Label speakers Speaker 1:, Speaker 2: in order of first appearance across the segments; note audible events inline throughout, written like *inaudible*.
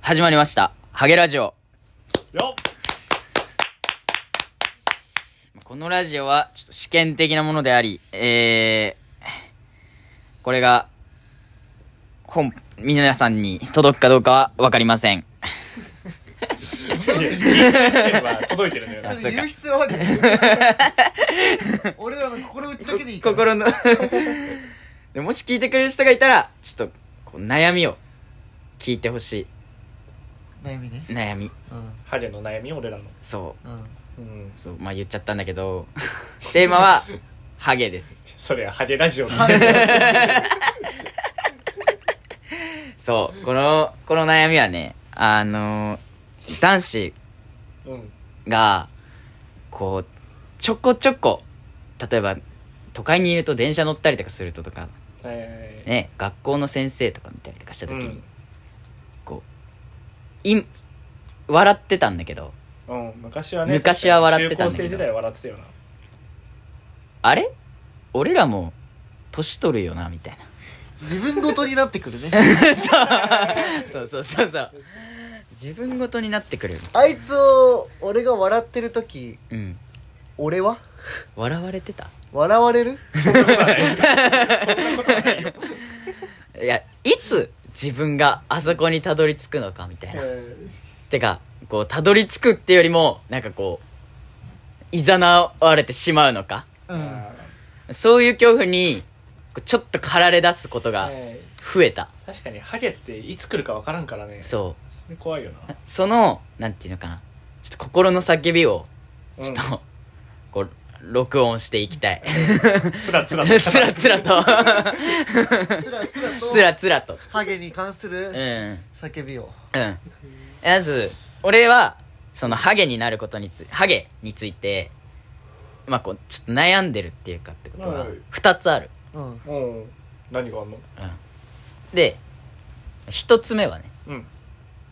Speaker 1: 始まりました。ハゲラジオ。
Speaker 2: よ
Speaker 1: このラジオは、ちょっと試験的なものであり、えー、これが、本、皆さんに届くかどうかはわかりません。
Speaker 2: っ届いてるんだよ
Speaker 1: あ
Speaker 2: ね
Speaker 1: そうか
Speaker 3: 言う必要ある俺らの心打ちだけでいいから
Speaker 1: 心の *laughs* で、もし聞いてくれる人がいたら、ちょっと、こう悩みを聞いてほし
Speaker 3: 悩みね
Speaker 1: い。悩み。
Speaker 3: うん
Speaker 2: ハゲの悩み俺らの
Speaker 1: そ
Speaker 3: うん
Speaker 2: うん
Speaker 1: う。そう、まあ言っちゃったんだけど、 *laughs* テーマは、ハゲです。
Speaker 2: それはハゲラジオ
Speaker 3: ハゲ
Speaker 1: そう、この、この悩みはね、あのー男子
Speaker 2: うん
Speaker 1: が、こう、ちょこちょこ、例えば、都会にいると電車乗ったりとかするととか、
Speaker 2: え
Speaker 1: ね、学校の先生とか見たりとかした
Speaker 2: ーう
Speaker 1: 時に、
Speaker 2: ん
Speaker 1: こう、い、笑ってたんだけど、
Speaker 2: うん昔はね
Speaker 1: 昔は笑ってたんだけど
Speaker 2: 中高生時代は笑ってたよな
Speaker 1: あれ俺らも、年取るよな、みたい
Speaker 3: 自分ごとになってくるね
Speaker 1: な。 *laughs* そうそうそうそう。自分ごとになってくる。
Speaker 3: あいつを俺が笑ってる時
Speaker 1: うん。
Speaker 3: 俺は
Speaker 1: 笑われてた
Speaker 3: 笑われる
Speaker 1: いや、いつ自分があそこにたどり着くのか、みたいな。
Speaker 2: え
Speaker 1: てかこうたどり着くっていうよりもなんかこういざなわれてしまうのか
Speaker 3: う
Speaker 2: ー
Speaker 3: ん
Speaker 2: あ
Speaker 1: そういう恐怖にこうちょっと駆られ出すこと
Speaker 2: ー
Speaker 1: が
Speaker 2: え
Speaker 1: 増えた
Speaker 2: ー確かにハゲっていつ来るか分からんからね
Speaker 1: そ
Speaker 2: 怖いよ
Speaker 1: うそのなんていうのかなちょっと心の叫びを
Speaker 2: な
Speaker 1: ちょっと、こう録音していきたい
Speaker 2: うんつらつらと
Speaker 1: つらつらと
Speaker 3: つらつら
Speaker 1: *laughs*
Speaker 3: と
Speaker 1: つ *laughs* らつらと
Speaker 3: ハゲに関す
Speaker 1: うんう
Speaker 3: る
Speaker 1: ん
Speaker 3: 叫びを
Speaker 1: まず俺はそのハゲになることにつハゲについてまあこうちょっと悩んでるっていうかってことが
Speaker 2: はい
Speaker 1: 2つある
Speaker 3: うん
Speaker 2: うん何があんの
Speaker 1: で一つ目はね
Speaker 2: うん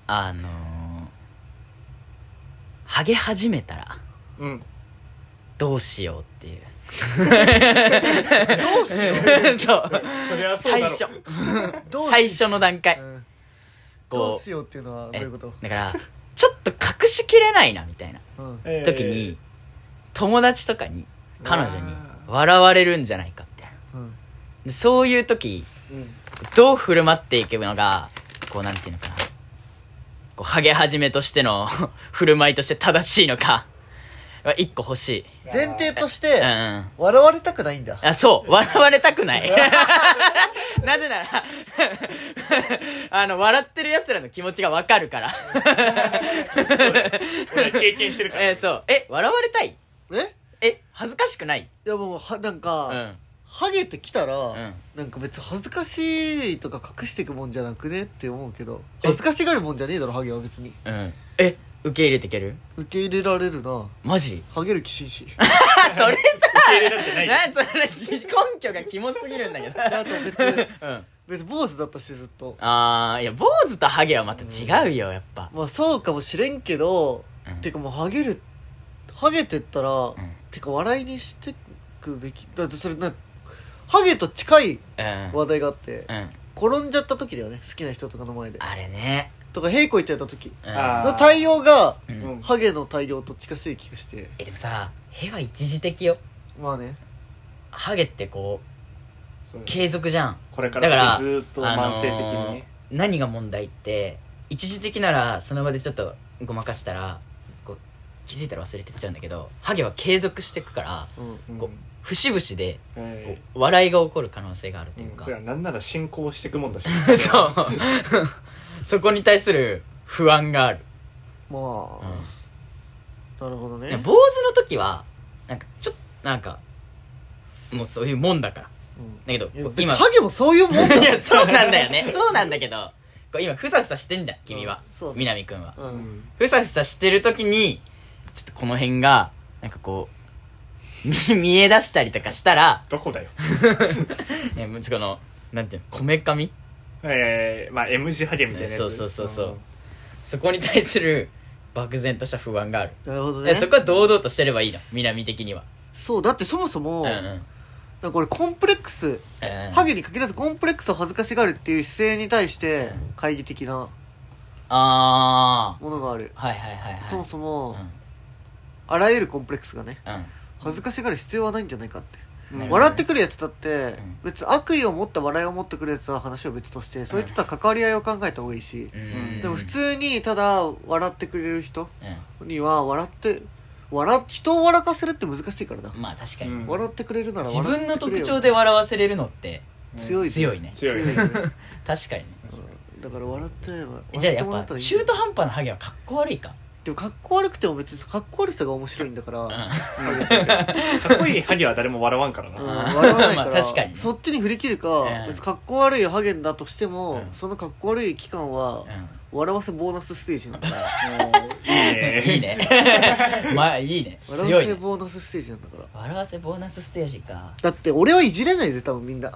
Speaker 1: あのー、ハゲ始めたら
Speaker 2: うん
Speaker 1: どうしようっていう
Speaker 3: どうしよ
Speaker 1: *laughs* そう
Speaker 2: そりゃそう
Speaker 1: 最
Speaker 2: だろ
Speaker 1: 初
Speaker 3: うどうし
Speaker 1: 最初の段階
Speaker 3: うんどう
Speaker 1: こ
Speaker 3: し
Speaker 1: う
Speaker 3: ようっていうのはどういうこと
Speaker 1: だからちょっと隠しきれないなみたいな
Speaker 3: うん
Speaker 2: えー
Speaker 1: 時に、友達とかに彼女に
Speaker 2: あー
Speaker 1: 笑われるんじゃないかみたいな
Speaker 3: うん
Speaker 1: でそういう時
Speaker 2: うん
Speaker 1: どう振る舞っていくのがこうなんていうのかなこうハゲ始めとしての *laughs* 振る舞いとして正しいのかは一個欲しい
Speaker 3: 前提とし
Speaker 1: うん
Speaker 3: て
Speaker 1: うん
Speaker 3: 笑われたくないんだ
Speaker 1: あ、そう、笑われたく
Speaker 2: *laughs*
Speaker 1: ない。なぜなら、 *laughs* あの、笑ってる奴らの気持ちがわかるから。
Speaker 2: 俺経験してるから
Speaker 1: えーそう。え、笑われたい
Speaker 3: え
Speaker 1: え、恥ずかしくない
Speaker 3: いやもうはなん
Speaker 1: う
Speaker 3: か
Speaker 1: ん。
Speaker 3: ハゲてきたら、
Speaker 1: ん
Speaker 3: なんか別に恥ずかしいとか隠していくもんじゃなくねって思うけど恥ずかしがるもんじゃねえだろハゲは別に
Speaker 1: うん。え、受け入れていける
Speaker 3: 受け入れられるな
Speaker 1: マジ
Speaker 3: ハゲる気しん
Speaker 1: *laughs*
Speaker 3: し
Speaker 1: あ、それ
Speaker 2: 受け入れられてない
Speaker 1: さ、な、それ、じ根拠がキモすぎるんだけど。
Speaker 3: あと別に
Speaker 1: うん。
Speaker 3: 別に坊主だったしずっと
Speaker 1: あー、いや、坊主とハゲはまた違うよ、やっぱ。
Speaker 3: まあそうかもしれんけど、
Speaker 1: うん
Speaker 3: てかもうハゲるハゲてったら、
Speaker 1: ん
Speaker 3: てか笑いにしてくべきだってそれなハゲと近い
Speaker 1: うん。
Speaker 3: 話題があって、
Speaker 1: うん。
Speaker 3: 転んじゃった時だよね好きな人とかの前で
Speaker 1: あれね。
Speaker 3: とか平行行っちゃった時
Speaker 1: うん
Speaker 2: あー
Speaker 3: の対応が
Speaker 1: うん
Speaker 2: うん
Speaker 3: ハゲの対応と近しい気がして
Speaker 1: え、でもさ、へは一時的よ。
Speaker 3: まあね
Speaker 1: ハゲってこう、
Speaker 2: そう
Speaker 1: 継続じゃん。
Speaker 2: これか
Speaker 1: だから
Speaker 2: らずーっと
Speaker 1: あの
Speaker 2: 慢性的に
Speaker 1: ー
Speaker 2: ね
Speaker 1: 何が問題って一時的ならその場でちょっとごまかしたらこう気づいたら忘れてっちゃうんだけどハゲは継続していくから
Speaker 3: うん
Speaker 2: うん
Speaker 1: こう節々で
Speaker 2: え
Speaker 1: こ
Speaker 2: ー
Speaker 1: う笑いが起こる可能性があるというか、
Speaker 2: うん、なんなら進行していくもんだし
Speaker 1: *laughs* そう *laughs* そこに対する不安がある、
Speaker 3: ま
Speaker 1: うん
Speaker 3: あ、なるほど
Speaker 1: いや
Speaker 3: ね
Speaker 1: 坊主の時はなんかちょっとなんかもうそういうもんだからだ
Speaker 3: う
Speaker 1: け
Speaker 3: ん
Speaker 1: ど
Speaker 3: いや
Speaker 1: こう
Speaker 3: 別に
Speaker 1: 今
Speaker 3: ハゲもそういうも
Speaker 1: *laughs*
Speaker 3: んだ
Speaker 1: いやそうなんだよねそうなんだけどこう今ふさふさしてんじゃん君は、
Speaker 3: うんそう
Speaker 1: 南君は
Speaker 3: う
Speaker 2: うんん
Speaker 1: ふさふさしてる時にちょっとこの辺がなんかこう *laughs* 見見え出したりとかしたら、
Speaker 2: どこだよ
Speaker 1: えむつこのなんていうのこめかみ
Speaker 2: えー、まあ M 字ハゲみたいなやつ
Speaker 1: そうそうそうそうそこに対する漠然とした不安がある、
Speaker 3: なるほど
Speaker 1: え
Speaker 3: ね
Speaker 1: そこは堂々としてればいいの南的には
Speaker 3: そうだってそもそも
Speaker 1: うんうん
Speaker 3: なんかこれコンプレックス
Speaker 1: うん
Speaker 3: ハゲに限らずコンプレックスを恥ずかしがるっていう姿勢に対して懐疑的な
Speaker 1: ああ
Speaker 3: ものがある
Speaker 1: はいはいはいはい
Speaker 3: そもそうも
Speaker 1: ん
Speaker 3: あらゆるコンプレックスがね
Speaker 1: うん
Speaker 3: 恥ずかしがる必要はないんじゃないかって
Speaker 1: なるほどね
Speaker 3: 笑ってくるやつだって
Speaker 1: うん
Speaker 3: 別に悪意を持った笑いを持ってくるやつは話を別としてそういったとは関わり合いを考えた方がいいし
Speaker 1: うん
Speaker 3: でも普通にただ笑ってくれる人
Speaker 1: う
Speaker 3: には笑って笑っ人を笑かせるって難しいからなん
Speaker 1: まあ確か
Speaker 2: う
Speaker 1: に
Speaker 2: ん
Speaker 3: 笑ってくれるなら
Speaker 1: 自
Speaker 3: 笑
Speaker 1: 分
Speaker 3: っ
Speaker 1: の
Speaker 3: てく
Speaker 1: 特
Speaker 3: れよ
Speaker 1: 徴で笑わせれるのって
Speaker 3: 強い
Speaker 1: 強いね
Speaker 2: 強い *laughs* ね
Speaker 3: 強い
Speaker 1: 確かにね
Speaker 3: だから笑って笑
Speaker 1: じゃあ
Speaker 3: て
Speaker 1: や
Speaker 3: もら
Speaker 1: ったぱ
Speaker 3: らいい
Speaker 1: 中途半端なハゲはかっこ悪いか
Speaker 3: でもかっこ悪くても別にかっこ悪さが面白いんだから、うん、
Speaker 2: かっこいいハゲは誰も笑わんから
Speaker 1: *laughs*
Speaker 2: な、
Speaker 3: 笑わないか
Speaker 1: まあ
Speaker 3: ら、
Speaker 1: 確かにね
Speaker 3: そっちに振り切るか、
Speaker 1: うん
Speaker 3: 別にかっこ悪いハゲンだとしても、
Speaker 1: うん
Speaker 3: そのかっこ悪い期間は、
Speaker 1: う
Speaker 3: 笑わせボーナスステージなんだ
Speaker 1: *laughs*
Speaker 3: から
Speaker 2: いい
Speaker 1: ん
Speaker 2: ね
Speaker 1: *laughs* いい
Speaker 3: *laughs*
Speaker 1: ねまあいいね
Speaker 3: 笑わ
Speaker 1: 強い
Speaker 3: せ
Speaker 1: ね
Speaker 3: ボーナスステージなんだから
Speaker 1: 笑わせボーナスステージか
Speaker 3: だって俺はいじれないぜ多分みんな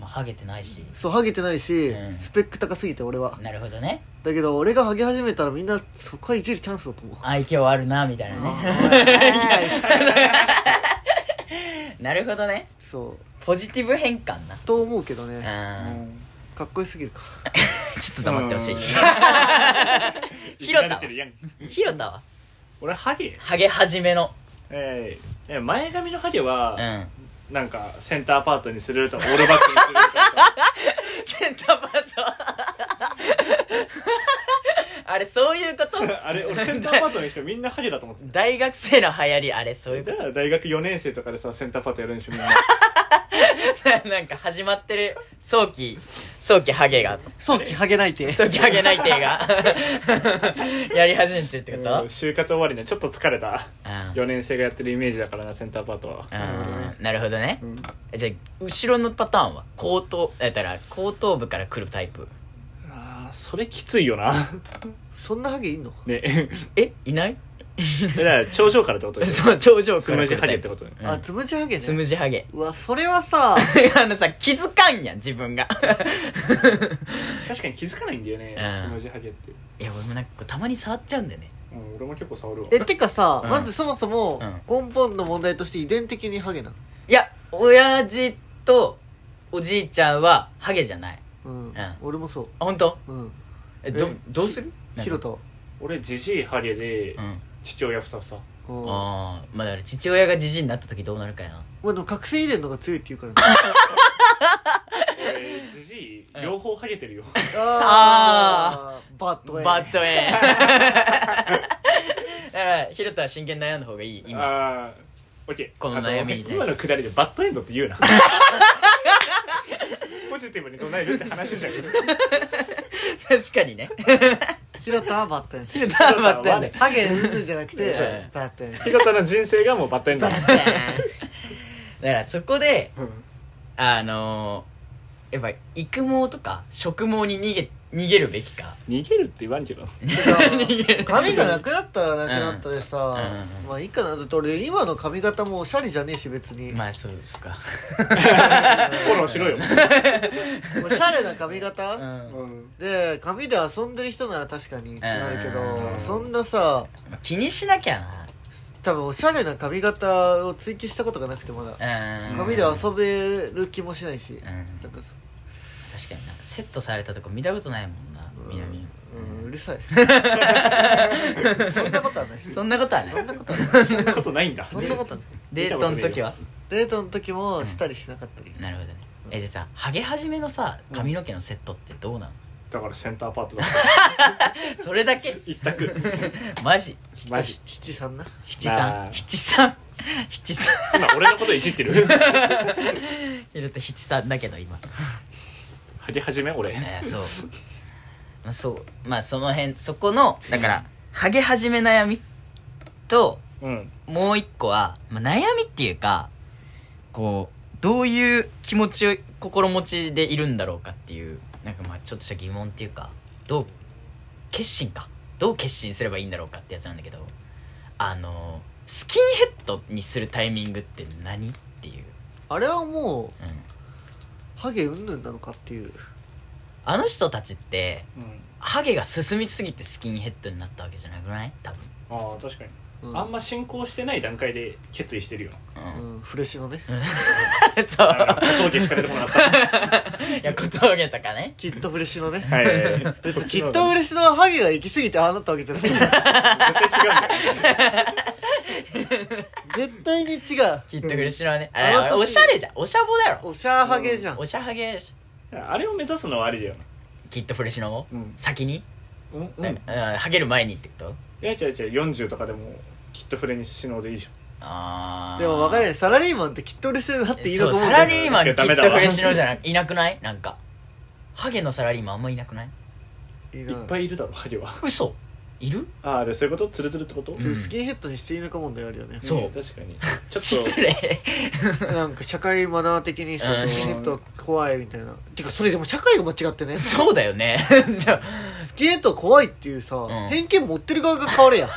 Speaker 1: まあハゲてないし
Speaker 3: そうハゲてないし、
Speaker 1: うん
Speaker 3: スペック高すぎて俺は
Speaker 1: なるほどね
Speaker 3: だけど俺がハゲ始めたらみんなそこはいじるチャンスだと思う
Speaker 1: 愛嬌あるなみたいなね
Speaker 3: あー
Speaker 1: なるほどね
Speaker 3: *laughs* そう
Speaker 1: ポジティブ変換な
Speaker 3: と思うけどね、
Speaker 1: うん
Speaker 3: かっこよすぎるか
Speaker 1: ちょっと黙ってほしい *laughs*
Speaker 2: うん
Speaker 1: ひろた
Speaker 2: いじられてるやん
Speaker 1: ヒロタは
Speaker 2: 俺ハゲ
Speaker 1: ハゲ始めの
Speaker 2: えーえー前髪のハゲは、
Speaker 1: うん
Speaker 2: なんかセンターパートにするとかオールバックにするとか
Speaker 1: センターパート *laughs* あれそういうこと *laughs*
Speaker 2: *laughs* あれ俺センターパートの人みんなハゲだと思って
Speaker 1: 大学生の流行りあれそういうこ
Speaker 2: だから大学4年生とかでさセンターパートやるんでしょみんな
Speaker 1: と *laughs* なんか始まってる早期早期ハゲが
Speaker 3: そう気ハゲないて
Speaker 1: 早期ハゲ内定が *laughs* やり始めてるってこ
Speaker 2: う
Speaker 1: と
Speaker 2: ん就活終わりねちょっと疲れた
Speaker 1: あー
Speaker 2: 4年生がやってるイメージだからなセンターパートは
Speaker 1: あーなるほどね
Speaker 2: う、ん
Speaker 1: じゃあ後ろのパターンは後頭だから後頭部から来るタイプ
Speaker 2: あーそれきついよな *laughs*
Speaker 3: そんなハゲいんの
Speaker 2: ね *laughs*
Speaker 1: えいない *laughs*
Speaker 2: だから頂上からってことです
Speaker 1: そう頂上
Speaker 2: つ
Speaker 1: から
Speaker 2: む
Speaker 1: 来
Speaker 2: じ
Speaker 1: る
Speaker 2: ハ
Speaker 1: タイ
Speaker 2: ゲって
Speaker 1: プ
Speaker 2: ことね
Speaker 1: うん
Speaker 3: あつむじハゲね
Speaker 1: つむじハゲ
Speaker 3: うわそれは
Speaker 1: *laughs*
Speaker 3: さ
Speaker 1: あのさ気づかんやん自分が *laughs*
Speaker 2: 確かに気づかないんだよね
Speaker 1: うん
Speaker 2: つむじハゲって
Speaker 1: いや俺もなんかこうたまに触っちゃうんだよね
Speaker 2: うん俺も結構触るわ
Speaker 3: えてかさ、
Speaker 1: うん
Speaker 3: まずそもそも根本の問題として遺伝的にハゲなの
Speaker 1: いや親父とおじいちゃんはハゲじゃない
Speaker 3: うん、
Speaker 1: ん
Speaker 3: 俺もそ
Speaker 1: あ本当
Speaker 3: ううん
Speaker 1: えど
Speaker 3: え
Speaker 1: どうする
Speaker 3: ヒロと
Speaker 2: 俺ジジイハゲで
Speaker 1: うん
Speaker 2: 父親ふさふさ
Speaker 3: うんま
Speaker 1: あーまあだから父親がじじいになった時どうなるかやな
Speaker 3: あでも覚醒遺伝の方が強いって言う
Speaker 1: *laughs*
Speaker 3: からね
Speaker 2: 俺ジジイ両方ハゲてるよ
Speaker 1: あ
Speaker 3: ーバッドエン
Speaker 1: バッド *laughs* エンだからヒロトは真剣に悩んだ方がいい今
Speaker 2: あーオッケー
Speaker 1: この悩みに対して
Speaker 2: あと今のくだりでバッドエンドって言
Speaker 1: *laughs*
Speaker 2: うなポジティブに唱えるって話じゃん
Speaker 1: 確かにね
Speaker 3: ヒロとはバッドエン
Speaker 1: ヒロトはバッドエンだよ
Speaker 3: ハゲうんぬんじゃなくて
Speaker 1: うん
Speaker 3: バッドエン
Speaker 1: *laughs*
Speaker 2: ひろたの人生がもうバッドエンドだ
Speaker 1: だからそこで
Speaker 2: うん
Speaker 1: あのー、やっぱ育毛とか植毛に逃げ逃げるべきか
Speaker 2: 逃げるって言わ
Speaker 1: *laughs*
Speaker 2: んけど
Speaker 3: 髪がなくなったらなくなったでさ、
Speaker 1: うん
Speaker 3: まあいいかなだって俺今の髪型もおしゃれじゃねえし別に、
Speaker 1: まあそうですか
Speaker 2: フォローしろよ、
Speaker 3: おしゃれな髪型、
Speaker 1: うん
Speaker 2: うん
Speaker 3: で髪で遊んでる人なら確かにってなるけど、
Speaker 1: うん
Speaker 3: そんなさ
Speaker 1: まあ気にしなきゃな
Speaker 3: 多分おしゃれな髪型を追求したことがなくてまだ
Speaker 1: うん
Speaker 3: 髪で遊べる気もしないし、なんかす
Speaker 1: 確かになんかセットされたとこ見たことないもんな南
Speaker 3: うんう
Speaker 1: *laughs*
Speaker 3: るさいそんなことはない
Speaker 1: そんなことはね
Speaker 3: そんなことはない
Speaker 2: そんなことないんだ
Speaker 3: そんなことはない
Speaker 1: デートの時は
Speaker 3: デートの時もしたりしなかったり、
Speaker 1: なるほどねえじゃあさハゲ始めのさ髪の毛のセットってどうなの
Speaker 2: だからセンターパートだ *laughs*
Speaker 1: それだけ *laughs*
Speaker 2: 一択
Speaker 1: マジ
Speaker 2: マジ
Speaker 3: 七三な
Speaker 1: 七三
Speaker 2: あー
Speaker 1: 七三七三 *laughs*
Speaker 2: 今俺のこといじってる
Speaker 1: 入れて七三だけど今
Speaker 2: ハゲ始め俺
Speaker 1: えーそうまあそうまあその辺そこのだからハゲ始め悩みと
Speaker 2: うん
Speaker 1: もう一個は、まあ、悩みっていうかこうどういう気持ちを心持ちでいるんだろうかっていうなんかまあちょっとした疑問っていうかどう決心かどう決心すればいいんだろうかってやつなんだけどあのスキンヘッドにするタイミングって何っていう、
Speaker 3: あれはも
Speaker 1: うん、
Speaker 3: うハゲうんぬんなのかっていう
Speaker 1: あの人たちって
Speaker 2: うん
Speaker 3: *laughs*
Speaker 1: ハゲが進みすぎてスキンヘッドになったわけじゃなくない多分
Speaker 2: ああ確かに
Speaker 3: うん
Speaker 2: あんま進行してない段階で決意して *laughs* るよ
Speaker 3: うん、フレッシュのね
Speaker 1: そう
Speaker 2: だから小峠しか出てこなかっ
Speaker 1: いや小峠とかね
Speaker 3: きっとフレッシュのね、
Speaker 2: たはい
Speaker 3: 別にきっとフレッシュのハゲが行き過ぎてああなったわけじゃない
Speaker 2: 絶対違うんだよ
Speaker 3: 絶対に違う
Speaker 1: きっと嬉しいのはね、
Speaker 3: ん
Speaker 1: あれ
Speaker 3: あの年
Speaker 1: おしゃれじゃんおしゃぼだろ
Speaker 3: おしゃハゲじゃん、
Speaker 1: おしゃはげ
Speaker 2: あれを目指すのはありだよね
Speaker 1: きっとフレッシュのを
Speaker 2: うん
Speaker 1: 先に、
Speaker 2: うん
Speaker 1: う
Speaker 2: い
Speaker 1: はげる前にってこと
Speaker 2: や違う違う40とかでもきっとフレにしのうでいいじ
Speaker 1: あー
Speaker 3: でも分からないサラリーマンってきっとフレッシュになっていいの
Speaker 1: そう
Speaker 3: と思う
Speaker 1: サ
Speaker 3: けど
Speaker 1: ラリーマンきっと
Speaker 2: ダ
Speaker 1: フ
Speaker 2: メだわ
Speaker 1: レッシュのじゃないなくないなんかハゲのサラリーマンあんまいなくない
Speaker 3: いい
Speaker 2: ゃん
Speaker 3: ない
Speaker 2: っぱいいるだろハゲは
Speaker 1: 嘘いる
Speaker 2: ああれそういうことツルツルってこと
Speaker 1: うん
Speaker 3: スキンヘッドにしていいのか問題あるよね
Speaker 1: そう
Speaker 2: うん確かにちょっ
Speaker 1: 失
Speaker 3: *laughs*
Speaker 2: と
Speaker 1: 礼
Speaker 3: なんか社会マナー的に
Speaker 1: うん
Speaker 3: スキンヘッドは怖いみたいなてかそれでも社会が間違ってねス
Speaker 1: そうだよね *laughs* じゃ
Speaker 3: キンヘッドは怖いっていうさ、
Speaker 1: ん
Speaker 3: 偏見持ってる側が変
Speaker 1: *laughs*
Speaker 3: われや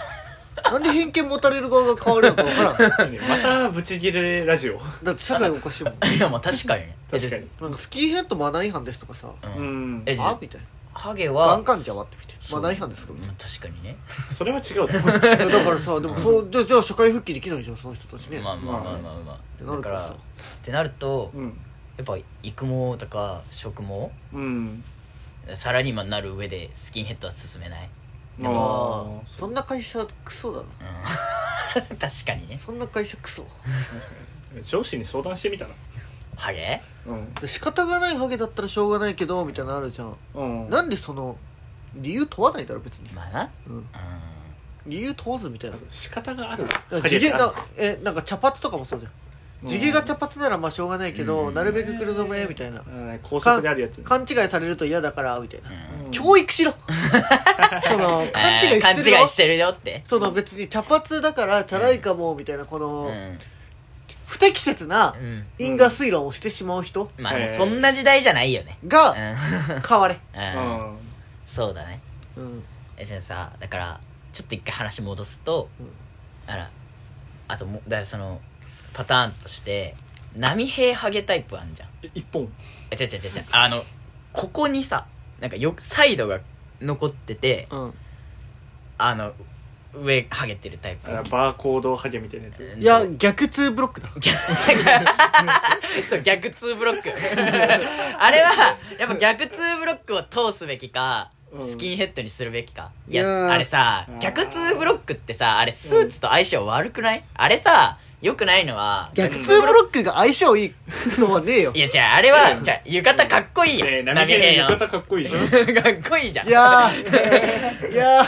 Speaker 3: なんで偏見持たれる側が変わるのか分からん
Speaker 2: またブチギレラジオ
Speaker 3: だって社会がおかしいもん
Speaker 1: あいやまあ確かにね
Speaker 2: 確かに
Speaker 3: なんかスキンヘッドマナー違反ですとかさ
Speaker 1: えです
Speaker 2: う
Speaker 1: うん
Speaker 2: ん
Speaker 1: えじゃ
Speaker 3: あ
Speaker 1: あ
Speaker 3: みたいな
Speaker 1: ハゲ
Speaker 3: ガ
Speaker 1: は
Speaker 3: ンカンじゃわってみたい
Speaker 1: そ
Speaker 3: な
Speaker 1: う
Speaker 3: マナー違反ですかみたい
Speaker 1: まあ確かにね
Speaker 2: それは違うと思う *laughs*
Speaker 3: ないやだからさでもそうじゃあじゃあ社会復帰できないじゃんその人たちね、
Speaker 1: まあまあまあまあま
Speaker 3: っ
Speaker 1: あ
Speaker 3: てな
Speaker 1: だ
Speaker 3: る
Speaker 1: か
Speaker 3: から
Speaker 1: ら
Speaker 3: さ
Speaker 1: ってなると
Speaker 2: うん
Speaker 1: やっぱ育毛とか植毛
Speaker 2: うん
Speaker 1: サラリーマンになる上でスキンヘッドは進めない、
Speaker 2: ま
Speaker 3: ああ
Speaker 2: あ
Speaker 3: そんな会社クソだな
Speaker 1: うん *laughs* 確かにね
Speaker 3: そんな会社クソ
Speaker 2: 上司に相談してみたら
Speaker 1: ハゲ
Speaker 2: う
Speaker 3: で仕方がないハゲだったらしょうがないけどみたいなのあるじゃん
Speaker 2: んうん
Speaker 3: なんでその理由問わないだろ別に、
Speaker 1: まあな
Speaker 3: うん、
Speaker 1: う
Speaker 3: 理由問わずみたいな
Speaker 2: 仕方がある
Speaker 3: だから地毛なえなんか茶髪とかもそうじゃん地毛が茶髪ならまあしょうがないけど、
Speaker 1: うん
Speaker 3: なるべく黒染めみたい
Speaker 2: う
Speaker 3: な
Speaker 2: ん高速であるやつ
Speaker 3: 勘違いされると嫌だからみたいな、
Speaker 1: んうん
Speaker 2: うん
Speaker 3: 教育しろその勘違い
Speaker 1: あー
Speaker 3: してる
Speaker 1: 勘違
Speaker 3: よ
Speaker 1: いしてるよって
Speaker 3: その別に茶髪だからチャラいかもみたいなこ
Speaker 1: う
Speaker 3: の
Speaker 1: ん、
Speaker 3: 不適切な
Speaker 1: うん、
Speaker 3: 因果推論をしてしまう人
Speaker 1: まあ、
Speaker 2: えー
Speaker 1: そんな時代じゃないよねう
Speaker 3: が
Speaker 1: ん *laughs*
Speaker 3: 変われ、
Speaker 1: うん、そうだね
Speaker 3: うん、
Speaker 1: えじゃあさだからちょっと一回話戻すと、
Speaker 3: うん
Speaker 1: あらあともだからそのパターンとして波平ハゲタイプあんじゃん
Speaker 2: うん一本
Speaker 1: あ違う違う違う違うあのここにさなんかよサイドが残ってて
Speaker 3: うん、
Speaker 1: あの上ハゲてるタイプ
Speaker 2: あバーコードハゲみたいなやつ
Speaker 1: うん
Speaker 3: いや
Speaker 1: そう
Speaker 3: 逆通ブロックだ
Speaker 1: 逆 *laughs* そう逆2ブロック *laughs* あれはやっぱ逆2ブロックを通すべきか、
Speaker 2: うん
Speaker 1: スキンヘッドにするべきかい
Speaker 3: いや
Speaker 1: や
Speaker 3: ー
Speaker 1: あれさ
Speaker 2: うん
Speaker 1: 逆2ブロックってさあれスーツと相性悪くない、あれさ良くないのは
Speaker 3: 逆通ブロックが相性いいのはね
Speaker 1: *laughs*
Speaker 3: えよ
Speaker 1: いやじゃああれはじゃあ浴衣かっこいいよ、
Speaker 2: ねえ
Speaker 1: 波
Speaker 2: 波
Speaker 1: 平の
Speaker 2: 平の浴衣かっこい
Speaker 1: *laughs*
Speaker 2: いじゃん
Speaker 1: かっこいいじゃん
Speaker 3: いやーいやー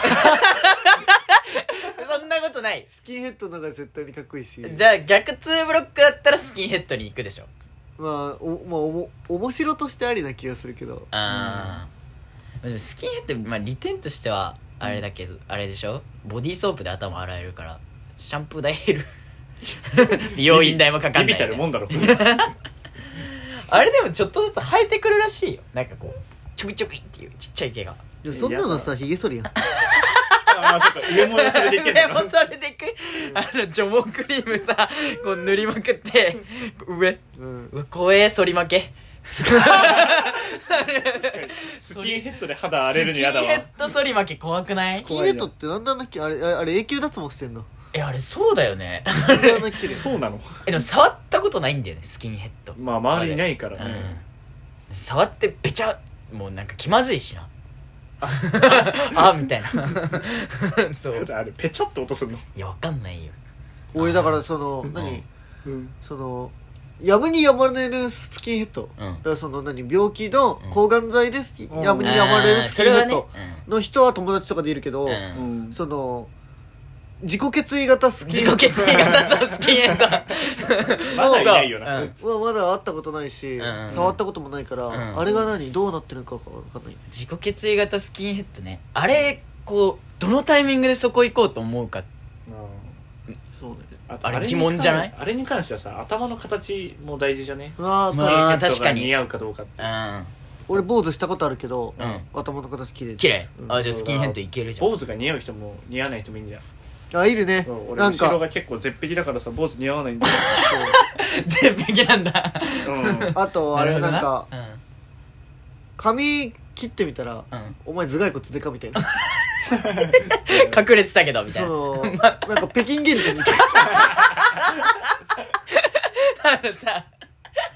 Speaker 1: そんなことない
Speaker 3: スキンヘッドの方が絶対にかっこいいし
Speaker 1: じゃあ逆2ブロックだったらスキンヘッドに行くでしょ
Speaker 3: まあおまあおも面白としてありな気がするけど
Speaker 1: あーでもスキンヘッド、まあ、利点としてはあれだけど、あれでしょボディーソープで頭洗えるからシャンプー代減る美容院代もかかん
Speaker 2: ビ
Speaker 1: な
Speaker 2: ビたる
Speaker 1: い、
Speaker 2: もんだろ
Speaker 1: あれでもちょっとずつ生えてくるらしいよなんかこうちょびちょびっていうちっちゃい毛が
Speaker 3: いやそんなのさひげ剃りやん
Speaker 2: ああそっか上もそれでいけ
Speaker 1: で
Speaker 2: んだ
Speaker 1: も
Speaker 2: な
Speaker 1: それでくあの除毛クリームさこう塗りまくって上
Speaker 3: うん
Speaker 1: うわ怖え反り負け
Speaker 2: スキンヘッドで肌荒れるの嫌だわ
Speaker 1: スキンヘッド反り負け怖くない
Speaker 3: スキンヘッドってなんだんだっけあれあれあれ永久脱毛してんの
Speaker 1: えあれそうだよね
Speaker 3: なんだんだっけで
Speaker 2: そうなの
Speaker 1: えでも触ったことないんだよねスキンヘッド
Speaker 2: まあ周りいないからね
Speaker 1: うん触ってべちゃもうなんか気まずいしなあみたいなそう
Speaker 2: あれペチョって音すんの
Speaker 1: いやわかんないよ
Speaker 3: 俺だからその何
Speaker 2: うん
Speaker 3: そのやむにやまれるスキンヘッド、
Speaker 1: うん
Speaker 3: だからその何病気の抗がん剤です、
Speaker 2: うん
Speaker 3: やむにやまれるスキンヘッ
Speaker 1: あー
Speaker 3: ドの人は友達とかでいるけど、
Speaker 1: それはねうん
Speaker 2: ん
Speaker 3: その自己決意型スキ
Speaker 1: 自
Speaker 3: ンヘ
Speaker 1: 己
Speaker 3: ッ
Speaker 1: 決意型さスキンヘッド
Speaker 2: まだいないよな
Speaker 1: そううん
Speaker 3: ドはまだ会ったことないし、
Speaker 1: うん
Speaker 3: 触ったこともないから、
Speaker 1: うん
Speaker 3: あれが何どうなってるのかわかんない
Speaker 1: 自己決意型スキンヘッドねあれこうどのタイミングでそこ行こうと思うか
Speaker 3: そうね
Speaker 2: あ
Speaker 1: あれ疑問じゃない
Speaker 2: あれに関してはさ頭の形も大事じゃね
Speaker 3: う
Speaker 1: まあ
Speaker 3: わー、
Speaker 2: スキンヘッド
Speaker 1: 確か
Speaker 2: が
Speaker 1: に
Speaker 2: 似合うかどうかって
Speaker 1: う
Speaker 3: 俺坊主したことあるけど、
Speaker 1: うん
Speaker 3: 頭の形綺麗
Speaker 1: ん綺麗
Speaker 3: うん
Speaker 1: あじゃあスキンヘッドいけるじゃん
Speaker 2: 坊主が似合う人も似合わない人もいいんじゃん
Speaker 3: あいるね
Speaker 2: そう俺
Speaker 3: なん
Speaker 2: 後ろ
Speaker 3: か
Speaker 2: が結構絶壁だからさ坊主似合わないんだよ
Speaker 1: 全壁なんだ
Speaker 2: うん
Speaker 3: *laughs* あとあれなんか
Speaker 1: なるほどな
Speaker 3: 髪切ってみたら
Speaker 1: うんうん *laughs*
Speaker 3: お前頭蓋骨でかみたいな
Speaker 1: 隠れてたけどみた
Speaker 3: そ
Speaker 1: いな *laughs*
Speaker 3: の、なんか北京現地みたいな。
Speaker 1: あのさ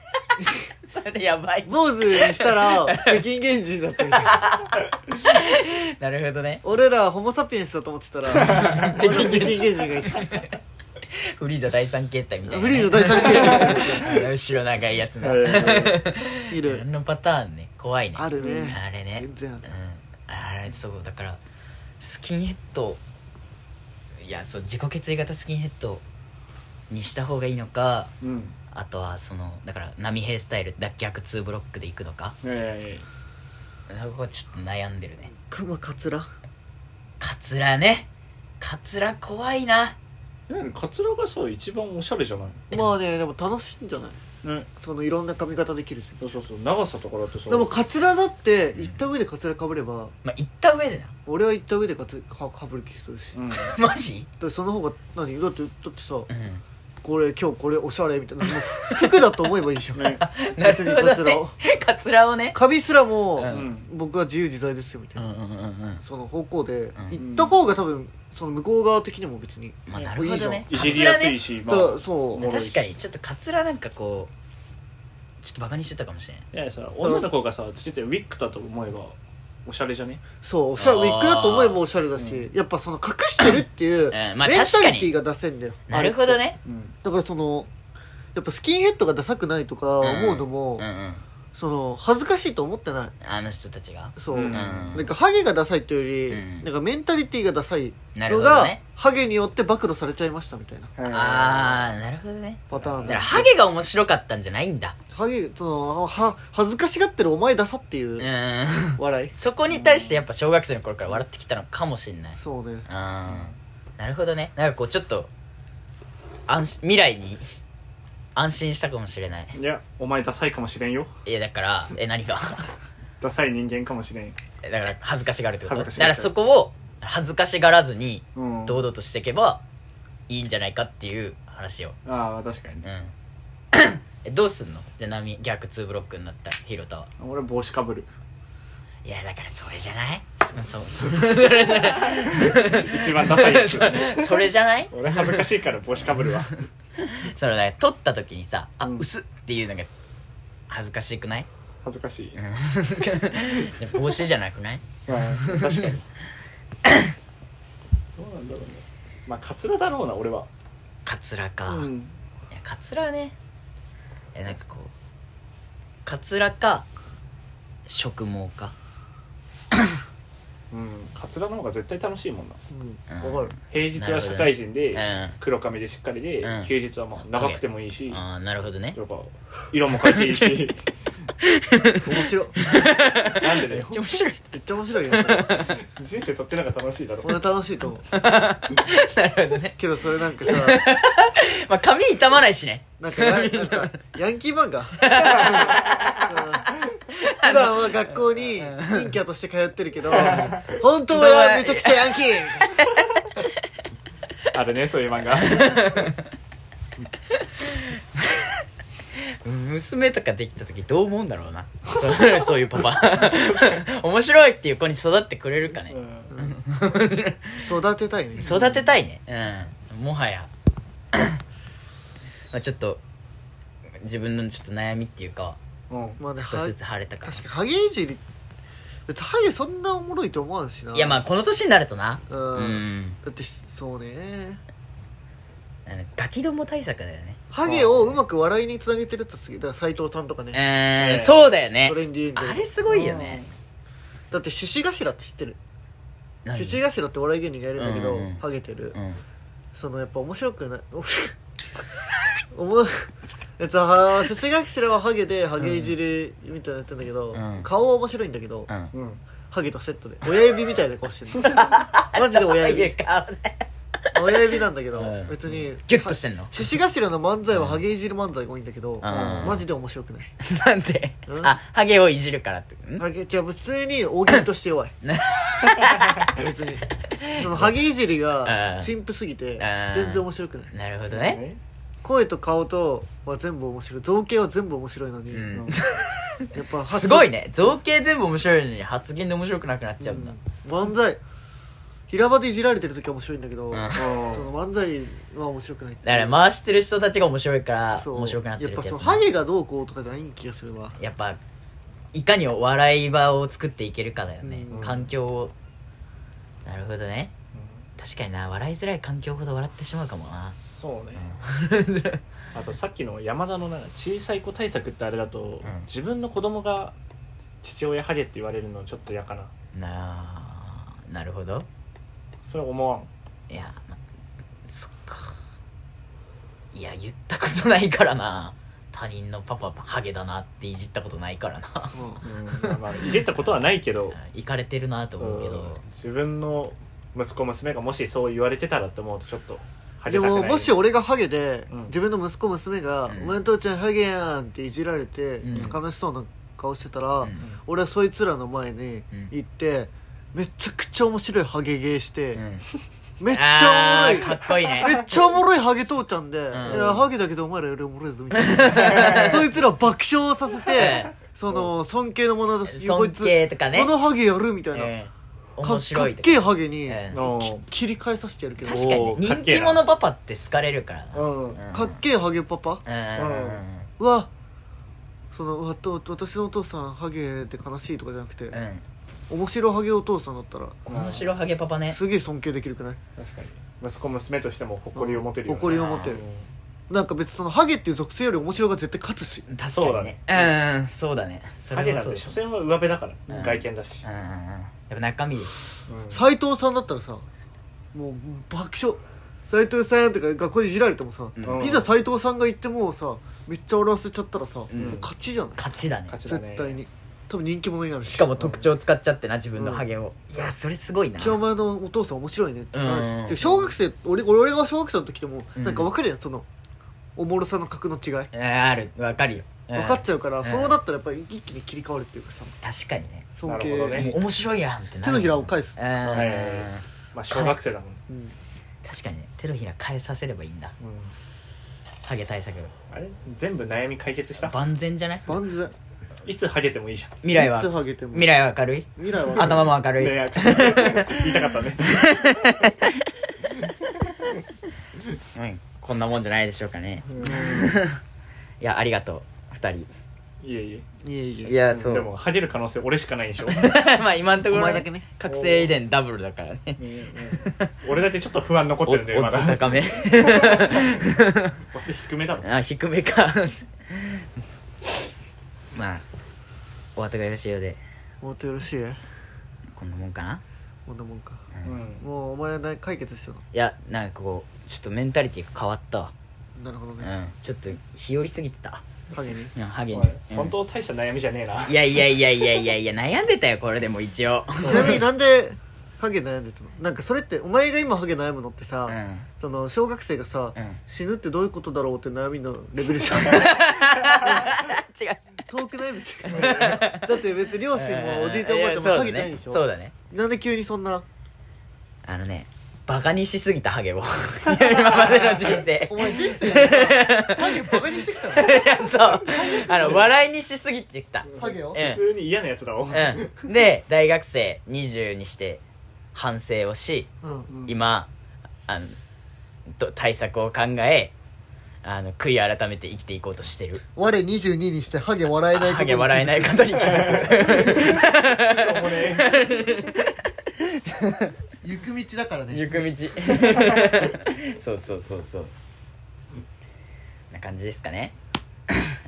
Speaker 1: *laughs* それやばい
Speaker 3: 坊主にしたら、
Speaker 1: *laughs*
Speaker 3: 北京現地だったみたいな。
Speaker 1: なるほどね
Speaker 3: 俺らホモサピエンスだと思ってたら、
Speaker 1: *laughs*
Speaker 3: 北京現地がいた。
Speaker 1: フリーザ第三形態みたいな
Speaker 3: フ
Speaker 1: ね、
Speaker 3: リーズ大
Speaker 1: *laughs*
Speaker 3: 作戦
Speaker 1: あの後ろ長いやつな
Speaker 3: い
Speaker 1: あ
Speaker 3: る。
Speaker 1: のパターンね怖いね
Speaker 3: あるね
Speaker 1: あれね
Speaker 3: 全然ある
Speaker 1: うん、あれそうだからスキンヘッドいやそう自己決意型スキンヘッドにした方がいいのか
Speaker 2: うん
Speaker 1: あとはそのだから波平スタイル脱逆2ブロックでいくのか
Speaker 2: え
Speaker 1: そこはちょっと悩んでるね
Speaker 3: かまカツラ。
Speaker 1: カツラねカツラ怖いな
Speaker 2: えうんカツラがさ一番おしゃれじゃない
Speaker 3: まあね、でも楽しいんじゃない
Speaker 2: ね
Speaker 3: そのいろんな髪型できるし。
Speaker 2: そうそうそう長さとかだってさ
Speaker 3: でもカツラだって、行った上でカツラ被れば、
Speaker 1: まあ言った上でな *laughs*
Speaker 3: 俺は行った上でカツかかぶる気するし。
Speaker 2: う
Speaker 3: だ
Speaker 2: ん
Speaker 1: マジ
Speaker 3: ってその方が、何だって、だってさ、
Speaker 1: うん
Speaker 3: これ今日これおしゃれみたいな。もう服だと思えばいいじゃん。
Speaker 2: ね
Speaker 1: なるほ
Speaker 3: 別にカ
Speaker 1: ど
Speaker 3: ツラ
Speaker 1: ね
Speaker 3: を
Speaker 1: *laughs* カツラをね
Speaker 3: カビすらも、
Speaker 1: うん
Speaker 2: うん
Speaker 3: 僕は自由自在ですよみた
Speaker 1: う
Speaker 3: い
Speaker 1: ん
Speaker 3: な、
Speaker 1: うんうんうん
Speaker 3: その方向で、
Speaker 1: ん
Speaker 3: 行った方が多分その向こう側的にも別に、
Speaker 1: まあなるほどね
Speaker 2: い
Speaker 1: カ
Speaker 2: じり
Speaker 1: ツラ
Speaker 2: やす
Speaker 1: ね
Speaker 2: いしま
Speaker 3: だから
Speaker 2: あ
Speaker 3: そう、
Speaker 2: もろいし
Speaker 1: 確かにちょっとカツラなんかこうちょっとバカにしてたかもしれない
Speaker 2: いやいやさ女の子がさつけてウィッグだと思えばおしゃれじゃね
Speaker 3: そうおしゃれ
Speaker 1: あ
Speaker 3: ウ
Speaker 1: ー
Speaker 3: ィッグだと思えばおしゃれだし、やっぱその隠してるっていう、
Speaker 1: んまあ
Speaker 3: メン
Speaker 1: 確
Speaker 3: タ
Speaker 1: か
Speaker 3: リ
Speaker 1: に
Speaker 3: ティが出せんだよ
Speaker 1: なるほどね
Speaker 2: うん
Speaker 3: だからそのやっぱスキンヘッドがダサくないとか思うのも、
Speaker 1: うんうん
Speaker 3: その恥ずかしいと思ってない
Speaker 1: あの人たちが
Speaker 3: そう、
Speaker 2: うん
Speaker 3: なんかハゲがダサいというより、
Speaker 1: うん
Speaker 3: なんかメンタリティがダサい
Speaker 1: なる
Speaker 3: の
Speaker 1: ほど
Speaker 3: が、
Speaker 1: ね
Speaker 3: ハゲによって暴露されちゃいましたみたいな
Speaker 1: ああなるほどね
Speaker 3: パター
Speaker 1: だ
Speaker 3: ンで
Speaker 1: からハゲが面白かったんじゃないんだ
Speaker 3: ハゲそのは恥ずかしがってるお前ダサっていううん笑い、
Speaker 1: そこに対してやっぱ小学生の頃から笑ってきたのかもしれない
Speaker 3: そう
Speaker 1: う
Speaker 3: ね
Speaker 1: んなるほどねなんかこうちょっと安心未来に *laughs* 安心したかもしれない
Speaker 2: いやお前ダサいかもしれんよ
Speaker 1: いやだからえ何が *laughs*
Speaker 2: ダサい人間かもしれん
Speaker 1: だから恥ずかしがるってこと
Speaker 2: 恥
Speaker 1: だか
Speaker 2: ずかしがる
Speaker 1: らそこを恥ずかしがらずに
Speaker 2: うん
Speaker 1: 堂々としていけばいいんじゃないかっていう話を
Speaker 2: ああ確かに
Speaker 1: う
Speaker 2: ね
Speaker 1: んえどうすんのじゃあ波逆2ブロックになったヒロタは
Speaker 2: 俺帽子かぶる
Speaker 1: いやだからそれじゃないそ *laughs* そそれじゃない
Speaker 2: 一番ダサ
Speaker 1: *laughs*
Speaker 2: いやつ
Speaker 1: それじゃない
Speaker 2: 俺恥ずかしいから帽子かぶるわ
Speaker 1: そのね取った時にさ「あ、
Speaker 2: うん
Speaker 1: 薄っ」っていうのが恥ずかしくない
Speaker 2: 恥ずかし
Speaker 1: *laughs*
Speaker 2: い
Speaker 1: じゃあ帽子じゃなくない
Speaker 2: 確かにどうなんだろうねまあカツラだろうな俺は
Speaker 1: カツラか、
Speaker 3: う
Speaker 1: い
Speaker 3: ん
Speaker 1: やカツラねいやなんかこうカツラか植毛か
Speaker 2: うんカツラの方が絶対楽しいもんな
Speaker 3: うんわ、かる
Speaker 2: 平日は社会人
Speaker 1: うん
Speaker 2: で
Speaker 1: あ
Speaker 2: 黒髪でしっかりで、
Speaker 1: うん
Speaker 2: 休日はまあ長くてもいいし、や
Speaker 1: ーなるほどね
Speaker 2: っぱ色も変えていいし
Speaker 3: 面白い
Speaker 2: なんで
Speaker 1: め
Speaker 2: だ
Speaker 1: っ
Speaker 2: よ
Speaker 1: ちゃ面白い
Speaker 3: めっちゃ面白いよ
Speaker 2: 人生そっちの方が楽しいだろ
Speaker 3: *laughs* 俺楽しいと思う
Speaker 1: *laughs* なるほどね
Speaker 3: けどそれなんかさ
Speaker 1: *laughs* まあ髪傷まないしね
Speaker 3: なんかやなんかヤンキー
Speaker 1: *laughs*
Speaker 3: 漫画うん普段は学校に陰キャとして通ってるけど本当はめちゃくちゃヤンキー
Speaker 2: あるねそういう漫画
Speaker 1: 娘とかできた時どう思うんだろうな
Speaker 3: *laughs*
Speaker 1: そうそういうパパ *laughs* 面白いっていう子に育ってくれるかね
Speaker 3: 育てたいね
Speaker 1: 育てたいねうんもはや *coughs* まあちょっと自分のちょっと悩みっていうか
Speaker 2: うん、うん、
Speaker 3: まあね
Speaker 1: 少
Speaker 3: は
Speaker 1: しずつ晴れたから
Speaker 3: 確かにハゲいじり別にハゲそんなおもろいと思わんしない
Speaker 1: いやまあこの年になるとな
Speaker 3: うん
Speaker 1: うん
Speaker 3: だってそうね
Speaker 1: あのガキども対策だよね
Speaker 3: ハゲをうまく笑いにつなげてるってすげえだから斎藤さんとかね
Speaker 1: う
Speaker 2: え
Speaker 1: んそうだよね
Speaker 3: トレンディエンジェル
Speaker 1: あれすごいよね
Speaker 3: だって獅子頭って知ってる
Speaker 1: 何
Speaker 3: 獅子頭ってお笑い芸人がいるんだけど、
Speaker 1: うんうん
Speaker 3: ハゲてる、
Speaker 1: うん
Speaker 3: そのやっぱ面白くない *laughs* おも *laughs* やつは獅子頭はハゲでハゲいじりみたいなやってんだけど、
Speaker 1: うん
Speaker 3: 顔は面白いんだけど、
Speaker 1: うん
Speaker 3: ハゲとセットで親指みたいな顔してるマジで親指
Speaker 1: か
Speaker 3: 親指なんだけど、
Speaker 1: うん
Speaker 3: 別に
Speaker 1: ギュッとしてんの
Speaker 3: 獅子頭の漫才はハゲいじる漫才が多いんだけど、マジで面白くない
Speaker 1: なんで
Speaker 3: うん
Speaker 1: あハゲをいじるからってん
Speaker 3: ハゲじゃあ普通に大喜利として
Speaker 1: *laughs*
Speaker 3: 弱い別にそのハゲいじり
Speaker 1: う
Speaker 3: が
Speaker 1: ん
Speaker 3: 陳腐すぎて
Speaker 1: ん
Speaker 3: 全然面白くない
Speaker 1: なるほどね
Speaker 3: 声と顔とは全部面白い造形は全部面白いのに、
Speaker 1: うん *laughs*
Speaker 2: うん
Speaker 3: やっぱ
Speaker 1: すごい
Speaker 3: ね
Speaker 1: ね造形全部面白いのに発言で面白くなくなっちゃうんだ
Speaker 3: 漫才平場でいじられてる時は面白いんだけど、
Speaker 1: うん
Speaker 3: その漫才は面白くない
Speaker 1: だから回してる人たちが面白いから
Speaker 3: そう
Speaker 1: 面白くなってる
Speaker 3: や
Speaker 1: っ
Speaker 3: っぱ
Speaker 1: て
Speaker 3: そ
Speaker 1: や
Speaker 3: の
Speaker 1: つ
Speaker 3: ハゲがどうこうとかじゃない気がするわ
Speaker 1: やっぱいかにお笑い場を作っていけるかだよね、
Speaker 3: うん
Speaker 1: 環境をなるほどね確かにな笑いづらい環境ほど笑ってしまうかもな
Speaker 2: そうね、
Speaker 1: *laughs*
Speaker 2: あとさっきの山田のなんか小さい子対策ってあれだと、
Speaker 1: うん
Speaker 2: 自分の子供が父親ハゲって言われるのちょっと嫌かな
Speaker 1: なあなるほど
Speaker 2: それは思わん
Speaker 1: いやまそっかいや言ったことないからな他人のパパハゲだなっていじったことないからな *laughs*
Speaker 2: うんまあ、いじったことはないけど
Speaker 1: いかれてるなと思うけ
Speaker 2: うん
Speaker 1: ど
Speaker 2: 自分の息子娘がもしそう言われてたらと思うとちょっと恥
Speaker 3: で
Speaker 2: ずかし
Speaker 3: も
Speaker 2: ない
Speaker 3: もし俺がハゲで、
Speaker 2: うん
Speaker 3: 自分の息子娘が
Speaker 1: うん
Speaker 3: 「お前の父ちゃんハゲやん」っていじられて、
Speaker 1: うん
Speaker 3: 悲しそうな顔してたら、
Speaker 1: うん
Speaker 3: 俺はそいつらの前
Speaker 1: う
Speaker 3: に
Speaker 1: ん
Speaker 3: 行って、めちゃくちゃ面白いハゲゲーして、
Speaker 1: うん
Speaker 3: めっちゃ
Speaker 1: あ
Speaker 3: お
Speaker 1: ー
Speaker 3: も
Speaker 1: か
Speaker 3: ろい
Speaker 1: っこいい
Speaker 3: め
Speaker 1: ね
Speaker 3: っちゃおもろいハゲ父ちゃんで、
Speaker 1: ん
Speaker 3: いやハゲだけどお前らよりおもろいぞみた
Speaker 1: *laughs*
Speaker 3: いなそいつらを爆笑させてその尊敬の眼差しこ
Speaker 1: 尊
Speaker 3: いつ
Speaker 1: 敬とかね
Speaker 3: このハゲやるみたいな、
Speaker 1: うん
Speaker 3: か
Speaker 1: 面白いと
Speaker 3: かっ
Speaker 1: か
Speaker 3: けえハゲに、
Speaker 1: うん
Speaker 2: うん
Speaker 3: 切り替えさせてやるけど
Speaker 1: 確かに
Speaker 2: おーかっ
Speaker 1: 人
Speaker 2: けえ
Speaker 1: 気
Speaker 2: な
Speaker 1: 者パパって好かれるからな
Speaker 2: うん
Speaker 3: かっけえハゲパパ
Speaker 1: うん
Speaker 3: はそのわと私のお父さんハゲで悲しいとかじゃなくて、
Speaker 1: うんうん
Speaker 3: 面白ハゲお父さんだったら
Speaker 1: 面白ハゲパパね
Speaker 3: すげえ尊敬できるくない
Speaker 2: 確かに息子娘としても誇りを持てるよ、ね
Speaker 3: 誇りを持てるなんか別にそのハゲっていう属性より面白が絶対勝つし
Speaker 1: 確かにねうんそうだねそ
Speaker 2: ハゲ
Speaker 1: れはそ
Speaker 2: なん
Speaker 1: う
Speaker 2: て
Speaker 1: だ
Speaker 2: 所詮は上辺だから、
Speaker 1: うん
Speaker 2: 外見だし、
Speaker 1: うんうんうんやっぱ中身
Speaker 2: うん
Speaker 3: 斎藤さんだったらさもう爆笑斎藤さんとか学校でいじられてもさ、
Speaker 1: うん
Speaker 3: いざ斎藤さんが言ってもさめっちゃ笑わせちゃったらさ、
Speaker 1: ん
Speaker 3: 勝ちじゃない
Speaker 1: 勝ちだね
Speaker 2: 勝ちだね
Speaker 3: 絶対に多分人気者になるし
Speaker 1: しかも特徴使っちゃってな自分のハゲをいやそれすごいな
Speaker 3: 一応お前のお父さん面白いねって話、
Speaker 1: うん
Speaker 3: で小学生俺俺俺が小学生の時でも、
Speaker 1: うん
Speaker 3: なんか分かるやんそのおもろさの格の違い
Speaker 1: うんあるわかるようん
Speaker 3: 分かっちゃうから、
Speaker 1: ん
Speaker 3: そうだったらやっぱり一気に切り替わるっていうかさ
Speaker 1: 確かにね
Speaker 3: 尊
Speaker 2: なる
Speaker 3: 敬、
Speaker 2: ほどね
Speaker 1: もう面白いやんってなる
Speaker 3: 手のひらを返す
Speaker 1: うん
Speaker 2: はいはいはいまあ小学生だもん、
Speaker 3: うん
Speaker 1: 確かにね手のひら返させればいいんだ
Speaker 2: うん
Speaker 1: ハゲ対策
Speaker 2: あれ全部悩み解決した
Speaker 1: 万全じゃない
Speaker 3: 万全
Speaker 2: いつハゲてもいいじゃん
Speaker 1: 未来はい
Speaker 3: つハゲても
Speaker 1: 未来は明るい
Speaker 3: 未来は
Speaker 1: 頭も明るい、
Speaker 2: ね言いたかっ
Speaker 1: *laughs*
Speaker 2: たね
Speaker 1: うん、こんなもんじゃないでしょうかねいやありがとう2人
Speaker 2: いえいえ
Speaker 3: いえいえ
Speaker 1: いや
Speaker 2: でもハゲる可能性俺しかないでしょ
Speaker 1: *laughs* まあ今のところ、
Speaker 3: お前だけね
Speaker 1: 覚醒遺伝ダブルだからね
Speaker 2: 俺だけちょっと不安残っ
Speaker 1: おオ
Speaker 2: てるんだよま
Speaker 1: ッズ
Speaker 2: だ
Speaker 1: 高 *laughs* め
Speaker 2: こっち低めだろ
Speaker 1: あ低めかまあお後がよろしいようで
Speaker 3: もっとよろしい
Speaker 1: こんなもんかな
Speaker 3: こんなもんか
Speaker 2: うん
Speaker 3: もうお前は何解決したの
Speaker 1: いやなんかこうちょっとメンタリティが変わったわ、
Speaker 3: なるほど
Speaker 1: う
Speaker 3: ね、
Speaker 1: ん、ちょっと日和すぎてた
Speaker 3: ハゲに
Speaker 1: うんハゲに、うん
Speaker 2: 本当大した悩みじゃねえない
Speaker 1: やいやいやいやいやいや悩んでたよこれでも一応
Speaker 3: ちなみに *laughs* なんでハゲ悩んでたのなんかそれってお前が今ハゲ悩むのってさ、
Speaker 1: うん
Speaker 3: その小学生がさ、
Speaker 1: うん
Speaker 3: 死ぬってどういうことだろうって悩みのレベ
Speaker 1: *laughs*
Speaker 3: ルじゃん
Speaker 1: 違う
Speaker 3: 遠くない別にだって別に両親もおじいちゃんおばあちゃんもハゲないでしょ
Speaker 1: そうだねそうだね
Speaker 3: なんで急にそんな
Speaker 1: あのねバカにしすぎたハゲを *laughs* 今までの人生
Speaker 3: お前人生ハゲバカにしてきた *laughs* の
Speaker 1: いや *laughs* そうあの笑いにしすぎてきた
Speaker 3: ハゲを
Speaker 1: うん
Speaker 2: 普通に嫌なやつだろ
Speaker 1: うんで大学生20にして反省をし
Speaker 3: うん
Speaker 1: 今あのと対策を考えあの悔い改めて生きていこうとしてる
Speaker 3: 我22にしてハゲ笑えないこと
Speaker 1: ハゲ笑えないいことに気づく
Speaker 2: しょうもねえ
Speaker 3: 行く道だからね
Speaker 1: 行く道 *laughs* そうそうそうそうな感じですかね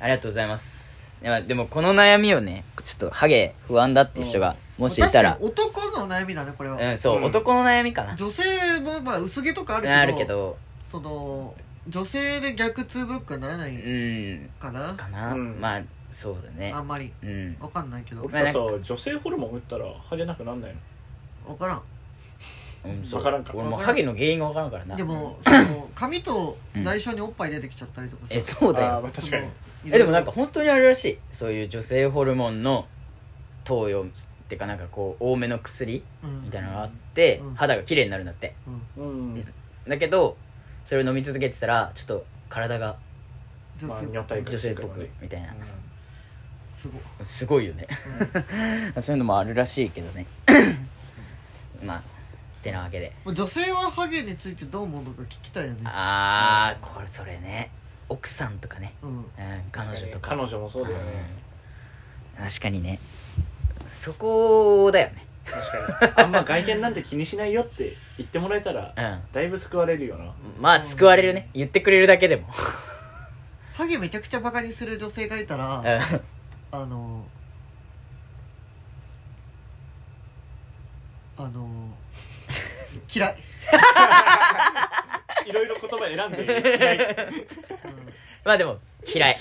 Speaker 1: ありがとうございますいやでもこの悩みをねちょっとハゲ不安だっていう人がもしいたら
Speaker 3: 確かに男の悩みだねこれは、
Speaker 1: うんそう、
Speaker 2: うん
Speaker 1: 男の悩みかな
Speaker 3: 女性もまあ薄毛とかあるけど
Speaker 1: あるけど
Speaker 3: その女性で逆痛ブロックにならな
Speaker 1: う
Speaker 3: い
Speaker 1: ん
Speaker 3: かな、
Speaker 1: かな、
Speaker 2: うん
Speaker 1: まあそうだね
Speaker 3: あんまり
Speaker 1: うん
Speaker 3: わかんないけど
Speaker 1: まあな
Speaker 2: 俺
Speaker 1: ん
Speaker 2: ら
Speaker 1: か
Speaker 2: さ女性ホルモン打ったらハゲなくなんないの
Speaker 3: わからん
Speaker 1: うんそう
Speaker 2: わからんか
Speaker 1: 俺もう
Speaker 3: わから
Speaker 1: ハ
Speaker 3: ん
Speaker 1: ゲの原因が分からんからな
Speaker 3: でもその髪と
Speaker 1: うん
Speaker 3: 内緒におっぱい出てきちゃったりとかさ
Speaker 1: えそうだ
Speaker 2: あー
Speaker 1: よ
Speaker 2: まあ確かに
Speaker 3: その
Speaker 1: えでもなんか本当にあるらしいそういう女性ホルモンの投与ってかなんかこう多めの薬
Speaker 3: うん
Speaker 1: みたいなのがあって、
Speaker 3: うん
Speaker 1: 肌が綺麗になるんだって
Speaker 3: うん
Speaker 2: うん
Speaker 1: だけどそれを飲み続けてたらちょっと体が
Speaker 3: 女
Speaker 2: まあ
Speaker 3: 性
Speaker 2: 女体化
Speaker 1: 女
Speaker 2: して
Speaker 1: 性っ
Speaker 2: く
Speaker 1: ぽ
Speaker 2: る
Speaker 1: くみたいな、
Speaker 3: すごい
Speaker 1: す *laughs* ごいよね、そういうのもあるらしいけどねまあてなわけで
Speaker 3: 女性はハゲについてどう思うのか聞きたいよね
Speaker 1: ああこれそれね奥さんとかね、
Speaker 3: うん
Speaker 1: うん、彼女とか
Speaker 2: 彼女もそうだよね
Speaker 1: うん確かにねそこだよね
Speaker 2: 確かにあんま外見なんて気にしないよって言ってもらえたら
Speaker 1: うん
Speaker 2: だいぶ救われる
Speaker 1: *laughs*
Speaker 2: よな
Speaker 1: まあ救われるね言ってくれるだけでも
Speaker 3: ハゲめちゃくちゃバカにする女性がいたら、
Speaker 1: う
Speaker 3: あのあの嫌い、
Speaker 2: いろいろ言葉選んで嫌
Speaker 1: *laughs*
Speaker 2: い
Speaker 3: うん
Speaker 1: んまあでも嫌い、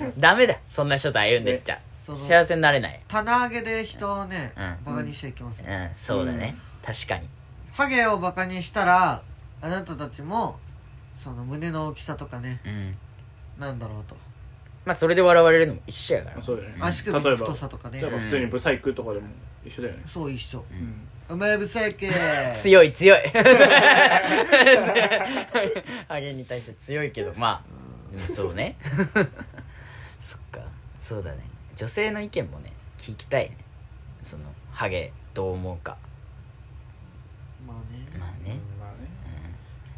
Speaker 1: うん、ダメだそんな人と歩んでっちゃ、
Speaker 3: そ
Speaker 1: *laughs*
Speaker 3: の
Speaker 1: 幸せになれない
Speaker 3: 棚上げで人をね、
Speaker 1: うん
Speaker 3: バカにしちゃいけません、
Speaker 1: うんそうだね、確かに
Speaker 3: ハゲをバカにしたらあなたたちもその胸の大きさとかね
Speaker 1: うん
Speaker 3: なんだろうと
Speaker 1: まあそれで笑われるのも一緒やから
Speaker 2: そうだよね
Speaker 3: 足首
Speaker 2: 例え
Speaker 3: の
Speaker 2: ば
Speaker 3: 太さとかね
Speaker 2: 例えば普通にブサイクとかでも一緒だよね
Speaker 3: そう一緒
Speaker 2: うん
Speaker 3: お前不細工
Speaker 1: *laughs* 強い強いハゲに対して強いけどまあでもそうね *laughs* そっかそうだね女性の意見もね聞きたいねそのハゲどう思うか
Speaker 3: まあね
Speaker 1: まあね、
Speaker 2: まあね
Speaker 1: うん
Speaker 2: ごめん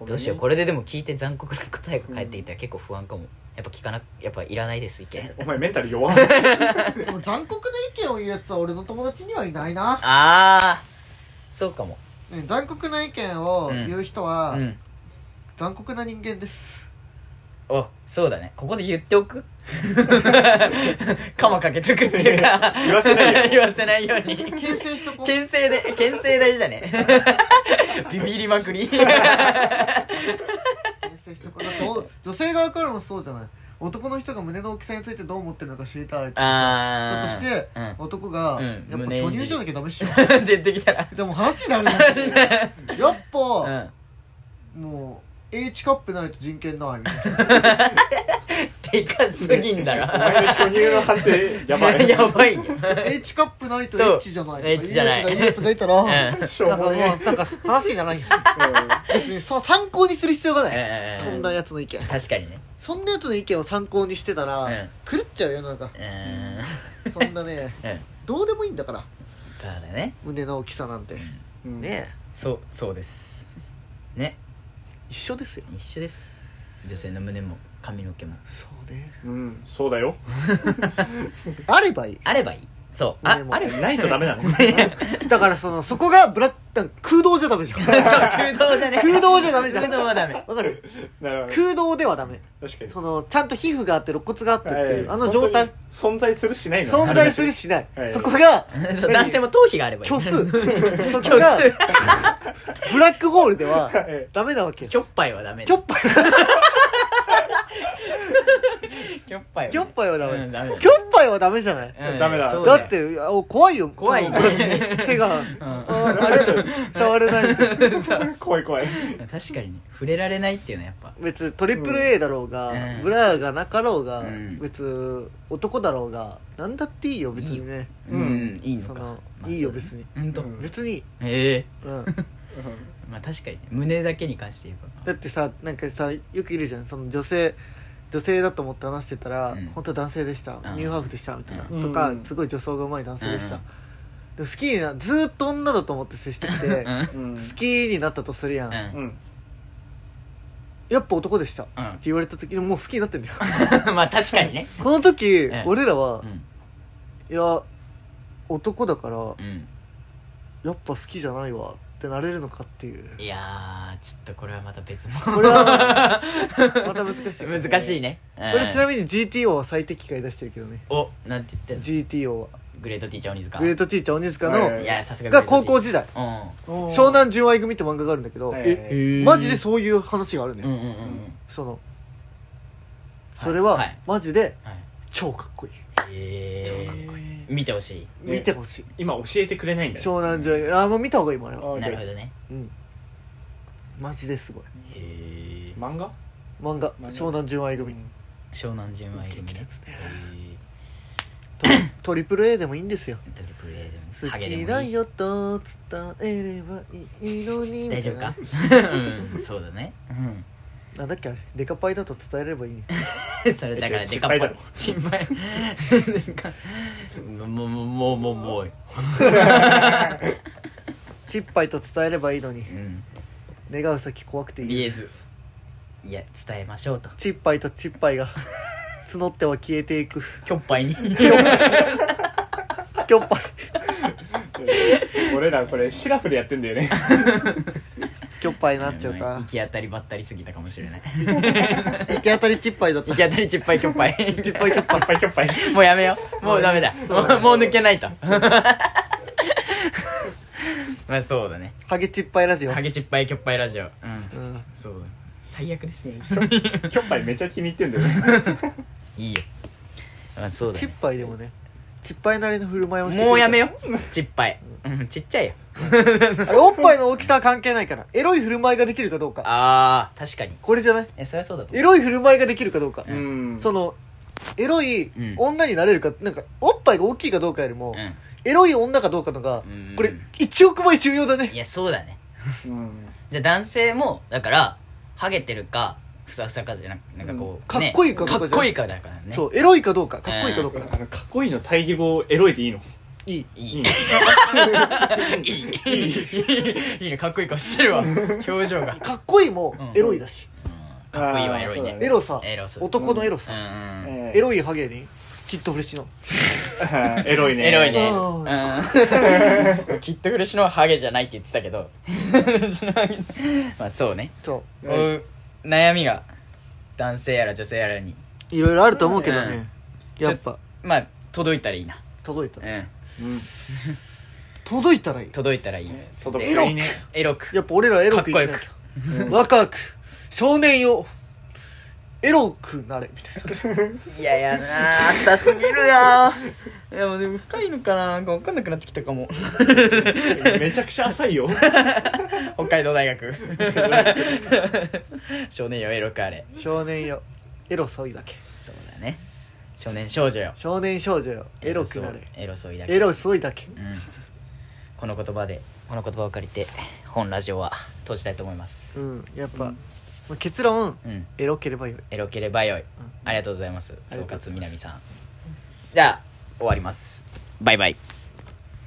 Speaker 2: ね
Speaker 1: どうしようこれででも聞いて残酷な答えが返ってきたら結構不安かもやっぱ聞かなやっぱいらないです意
Speaker 2: *laughs*
Speaker 1: 見
Speaker 2: お前メンタル弱い確か
Speaker 3: でも残酷な意見を言うやつは俺の友達にはいないな、
Speaker 1: ああそうかも
Speaker 3: ね残酷な意見を言う人は、
Speaker 1: うん
Speaker 3: 残酷な人間
Speaker 1: *laughs*
Speaker 3: です
Speaker 1: おそうだねここで言っておく鎌かけとくっていうか
Speaker 2: 言わせないよう
Speaker 1: *laughs*
Speaker 2: に
Speaker 1: 言わせないように
Speaker 3: 形成しとこう
Speaker 1: 牽制で牽制大事だね *laughs* ビビりまく
Speaker 2: *laughs*
Speaker 1: り
Speaker 3: 形成しとこうだってお女性側からもそうじゃない男の人が胸の大きさについてどう思ってるのか知りたいって
Speaker 1: ああ
Speaker 3: だとして、男が、
Speaker 1: うん
Speaker 3: やっぱ
Speaker 1: 胸い
Speaker 3: 巨
Speaker 1: じり
Speaker 3: 乳じゃなきゃダメっしょ
Speaker 1: うん、 *laughs* 出てき
Speaker 2: *laughs*
Speaker 1: たら
Speaker 3: でも話になるじ
Speaker 1: *laughs*
Speaker 3: ゃないやっ
Speaker 1: う
Speaker 3: ぱ、
Speaker 1: ん
Speaker 3: もう H カップないと人権ないみたいな
Speaker 1: でかすぎんだ
Speaker 2: お前の
Speaker 1: ろ
Speaker 2: 巨乳の判 *laughs* 定やば
Speaker 1: *laughs*
Speaker 2: い
Speaker 1: やばいよ
Speaker 3: H カップないと
Speaker 1: そう
Speaker 3: H じゃないとか
Speaker 1: H じゃない
Speaker 3: いやつがいいやつがいたら、
Speaker 1: ん
Speaker 3: なんか
Speaker 2: しょう
Speaker 3: も
Speaker 2: も
Speaker 3: う
Speaker 2: ね
Speaker 3: なんか話にならんよ
Speaker 2: え
Speaker 3: 別にそう参考にする必要がない、
Speaker 1: えー
Speaker 3: そんなやつの意見
Speaker 1: 確かにね
Speaker 3: そんなやつの意見を参考にしてたら、
Speaker 1: うん
Speaker 3: 狂っちゃうよなんか
Speaker 1: うーん
Speaker 3: そんなね
Speaker 1: うん
Speaker 3: どうでもいいんだから
Speaker 1: そうだね
Speaker 3: 胸の大きさなんて
Speaker 2: うん
Speaker 3: ねえ
Speaker 1: そうそうですね
Speaker 3: 一緒ですよ
Speaker 1: 一緒です女性の胸も髪の毛も
Speaker 3: そうね
Speaker 2: うんそうだよ
Speaker 3: あればいい
Speaker 1: *laughs* あればいいそうあ
Speaker 3: 胸も
Speaker 1: あれ
Speaker 3: *laughs*
Speaker 1: ば
Speaker 2: ないとダメなの
Speaker 3: だからそのそこがブラッなんか空洞じゃダメ
Speaker 1: *laughs*
Speaker 3: じゃん
Speaker 1: そう空洞じゃね
Speaker 3: 空洞じゃダメじゃん
Speaker 1: 空洞はダ
Speaker 3: *laughs*
Speaker 1: メ
Speaker 3: わかる
Speaker 2: なるほど
Speaker 3: 空洞ではダメ
Speaker 2: 確かに
Speaker 3: そのちゃんと皮膚があって肋骨があってっていう、
Speaker 2: はい
Speaker 3: あの状態
Speaker 2: 存在するしないの
Speaker 3: 存在するしない、
Speaker 2: はい
Speaker 3: そこが
Speaker 1: *laughs* そう男性も頭皮があればいい
Speaker 3: 虚数そこがブラックホールでは
Speaker 2: はい
Speaker 3: ダメなわけ
Speaker 1: きょっぱいはダメ
Speaker 3: きょっぱい
Speaker 1: きょっぱいはね
Speaker 3: きょっぱいはダメ
Speaker 1: うんダメ
Speaker 3: きょっぱいはダメじゃない、
Speaker 1: うん
Speaker 2: ダメだ
Speaker 1: そう
Speaker 3: だ
Speaker 1: よ
Speaker 3: っていやお怖いよ
Speaker 1: 怖いね
Speaker 3: その
Speaker 1: *laughs*
Speaker 3: 手が、ああれ触れない
Speaker 2: *laughs* 怖い怖い
Speaker 1: 確かにね触れられないっていうのはやっぱ
Speaker 3: 別にトリプル A だろうが、
Speaker 1: うん
Speaker 3: ブラがなかろうが、
Speaker 1: うん
Speaker 3: 別男だろうがなんだっていいよ別にね
Speaker 1: う
Speaker 2: う
Speaker 1: ん
Speaker 2: ん
Speaker 1: いいの
Speaker 3: そ
Speaker 1: か
Speaker 3: の、
Speaker 1: まあ
Speaker 3: いいよ
Speaker 1: そうだね
Speaker 3: 別に
Speaker 1: 本当
Speaker 2: うん
Speaker 3: 別に、
Speaker 1: ええ
Speaker 3: うん、
Speaker 2: う
Speaker 1: まあ確かにね胸だけに関して言え
Speaker 3: だってさなんかさよくいるじゃんその女性女性だと思って話してたら、
Speaker 1: うん
Speaker 3: 本当男性でした、
Speaker 1: ん
Speaker 3: ニューハーフでしたみたいな、
Speaker 2: うん
Speaker 3: とか
Speaker 2: うん
Speaker 3: すごい女装がうまい男性でした、
Speaker 1: うん
Speaker 3: でも好きになずーっと女だと思って接してきて、
Speaker 1: ばうん
Speaker 2: ん
Speaker 3: 好きになったとするやん、
Speaker 1: う
Speaker 2: うんん
Speaker 3: やっぱ男でした、
Speaker 1: うん *laughs*
Speaker 3: って言われた時にもう好きになってんだよ
Speaker 1: まあ確かにね
Speaker 3: この時、
Speaker 1: うん
Speaker 3: 俺らは
Speaker 1: う、ん
Speaker 3: いや男だからや
Speaker 1: うん
Speaker 3: っぱ好きじゃないわってなれるのかって
Speaker 1: *laughs*
Speaker 3: いう
Speaker 1: いやーちょっとこれはまた別の
Speaker 3: これはまた難しい
Speaker 1: *laughs* 難しいね
Speaker 3: これちな
Speaker 1: み
Speaker 3: みに GTO は最適解出してるけどね
Speaker 1: おなんて言ってんの
Speaker 3: GTO は
Speaker 1: グレートティーチャー鬼塚
Speaker 3: グレートティーチャー鬼塚
Speaker 2: はい
Speaker 3: の
Speaker 2: はい
Speaker 1: いやさすがグレ
Speaker 3: が
Speaker 1: ート
Speaker 3: 高
Speaker 1: ティー
Speaker 3: 校
Speaker 1: チ
Speaker 3: 時代
Speaker 1: ャー
Speaker 3: 「湘南純愛組」って漫画があるんだけど
Speaker 2: はい
Speaker 1: うんえ
Speaker 3: マジですそういう話があ
Speaker 1: う
Speaker 3: る
Speaker 1: ん
Speaker 3: ね
Speaker 1: うんうんうん
Speaker 3: そのそれは
Speaker 1: はい
Speaker 3: マジで
Speaker 1: はい
Speaker 3: 超かっこいい
Speaker 1: え
Speaker 3: 超かっ
Speaker 1: ー見てほし
Speaker 2: ね
Speaker 3: 見てほしい
Speaker 2: 今教えてくれないんだよ
Speaker 3: 湘南純愛あーもう見た方がいいもんあれは
Speaker 1: いうなるほどね
Speaker 3: うんマジですごい
Speaker 1: へえ
Speaker 2: 漫画
Speaker 3: 漫画「
Speaker 2: 画
Speaker 3: 湘南純愛組」
Speaker 1: 湘南純愛組
Speaker 3: 激烈ね
Speaker 1: ね
Speaker 3: トリトリプル A でもいいんですよ
Speaker 1: トリプル A でも
Speaker 3: 好
Speaker 1: ハゲでもいい
Speaker 3: きだよと伝えればいいのに
Speaker 1: 大丈夫
Speaker 3: みたい
Speaker 1: か
Speaker 3: な
Speaker 1: うんそうだねうん
Speaker 3: なんだっけあれデカパイだと伝えれば
Speaker 1: *laughs*
Speaker 3: いいね
Speaker 1: それだからでかっぽいちんま *laughs* いでかもうもうもうもうもう
Speaker 3: ちっぱいと伝えればいいのに
Speaker 1: うん
Speaker 3: 願う先怖くて
Speaker 1: 言え
Speaker 3: 言え
Speaker 1: ずいや伝えましょうと
Speaker 3: ちっぱいとちっぱいが *laughs* 募っては消えていく
Speaker 1: きょっぱいに
Speaker 3: きょっぱい
Speaker 2: 俺らこれシラフでやってんだよね *laughs*
Speaker 3: きょっぱいになっちゃう
Speaker 1: 行
Speaker 3: か
Speaker 1: き当たりばったりすぎたかもしれ
Speaker 3: *laughs*
Speaker 1: ない
Speaker 3: 行き当たりちっぱいだっ
Speaker 1: 行
Speaker 3: た
Speaker 1: き当たりちっぱいきょっぱい
Speaker 3: ちっぱいきょっぱ
Speaker 2: パ
Speaker 3: い
Speaker 2: ッパイキョッパイ
Speaker 1: もうやめようもうダメだもうもう抜けないと *laughs* まあそうだね
Speaker 3: ハゲちっぱいラジオ
Speaker 1: ハゲちっぱいきょっぱいラジオうん
Speaker 3: うん
Speaker 1: そうだ最悪です
Speaker 2: キョッパイめちゃ気に入ってんだよね
Speaker 1: いいよあそうだ
Speaker 3: ちっ
Speaker 1: ね
Speaker 3: ぱいでもねちっぱいなりの振る舞いをしてくれた
Speaker 1: もうやめよちっぱいうんちっちゃいよ
Speaker 3: あれおっぱいの大きさは関係ないからエロい振る舞いができるかどうか
Speaker 1: あー確かに
Speaker 3: これじゃない
Speaker 1: えそりゃそうだと思
Speaker 3: エロい振る舞いができるかどうか、
Speaker 2: ん
Speaker 3: そのエロい
Speaker 1: うん
Speaker 3: 女になれるか、なんかおっぱいが大きいかどうかよりも、
Speaker 1: ううん
Speaker 3: エロい女かどうかのが、
Speaker 1: うん
Speaker 3: これ1億倍重要だ
Speaker 1: い
Speaker 3: ね
Speaker 1: やそうだね
Speaker 2: うん
Speaker 1: じゃあ男性もだからハゲてるかふさふさかじゃなくなんかこう、
Speaker 3: うんかっこいいか
Speaker 1: か
Speaker 3: どう
Speaker 1: っ
Speaker 3: かじゃん
Speaker 1: こいいかだからね
Speaker 3: そうエロいかどうかかっこいいかどうかだ
Speaker 2: あのかっこいいの対義語エロいでいいの
Speaker 3: いい
Speaker 1: い
Speaker 2: いい
Speaker 1: い *laughs*
Speaker 2: の
Speaker 1: いいいいねかっこいい顔して
Speaker 3: *laughs*
Speaker 1: るわ表情が
Speaker 3: かっこいいも
Speaker 1: うん
Speaker 3: エロいだし、
Speaker 1: かっこいいわエロいね
Speaker 2: あーそうだ
Speaker 1: エ
Speaker 3: エロさ
Speaker 1: ロさ
Speaker 3: 男のエロさ、
Speaker 1: うんうん
Speaker 3: エロいハゲにきっと嬉しいの
Speaker 2: エロいね
Speaker 1: エロいね
Speaker 3: うん
Speaker 1: うんきっと嬉しのはハゲじゃないって言ってたけど *laughs* まあそうね
Speaker 3: そ
Speaker 1: こういう悩みが男性やら女性やらに
Speaker 3: ういろいろあると思うけどね、
Speaker 1: うん
Speaker 3: やっぱ
Speaker 1: まあ届いたらいいな
Speaker 3: 届いた
Speaker 1: う
Speaker 3: ら
Speaker 1: ん
Speaker 2: うん
Speaker 3: 届いたらいい
Speaker 1: 届いたらいい
Speaker 2: 届
Speaker 3: エロ
Speaker 2: くいいね
Speaker 1: エロく
Speaker 3: やっぱ俺らエロくいきなきゃ
Speaker 1: かっ
Speaker 3: 若く少年よエロくなれみたい
Speaker 1: いややな浅すぎるやいやもうでも深いのかななんか分かんなくなってきたかも
Speaker 2: めちゃくちゃ浅いよ
Speaker 1: 北海道大 *laughs* 学少年よエロくあれ
Speaker 3: な少年よエロそいだけ
Speaker 1: そうだね少年少女よ
Speaker 3: 少年少女よエロくなれ
Speaker 1: エロそういだけ
Speaker 3: エロそいだけ
Speaker 1: うんこの言葉でこの言葉を借りて本ラジオは閉じたいと思います
Speaker 3: うんやっぱ、まあ結論
Speaker 1: うん
Speaker 3: エロければよい
Speaker 1: エロければよい、ありがとうございます
Speaker 3: あ
Speaker 1: 総
Speaker 3: りがとうございます
Speaker 1: 括みなみさんじゃあ終わりますバイバイ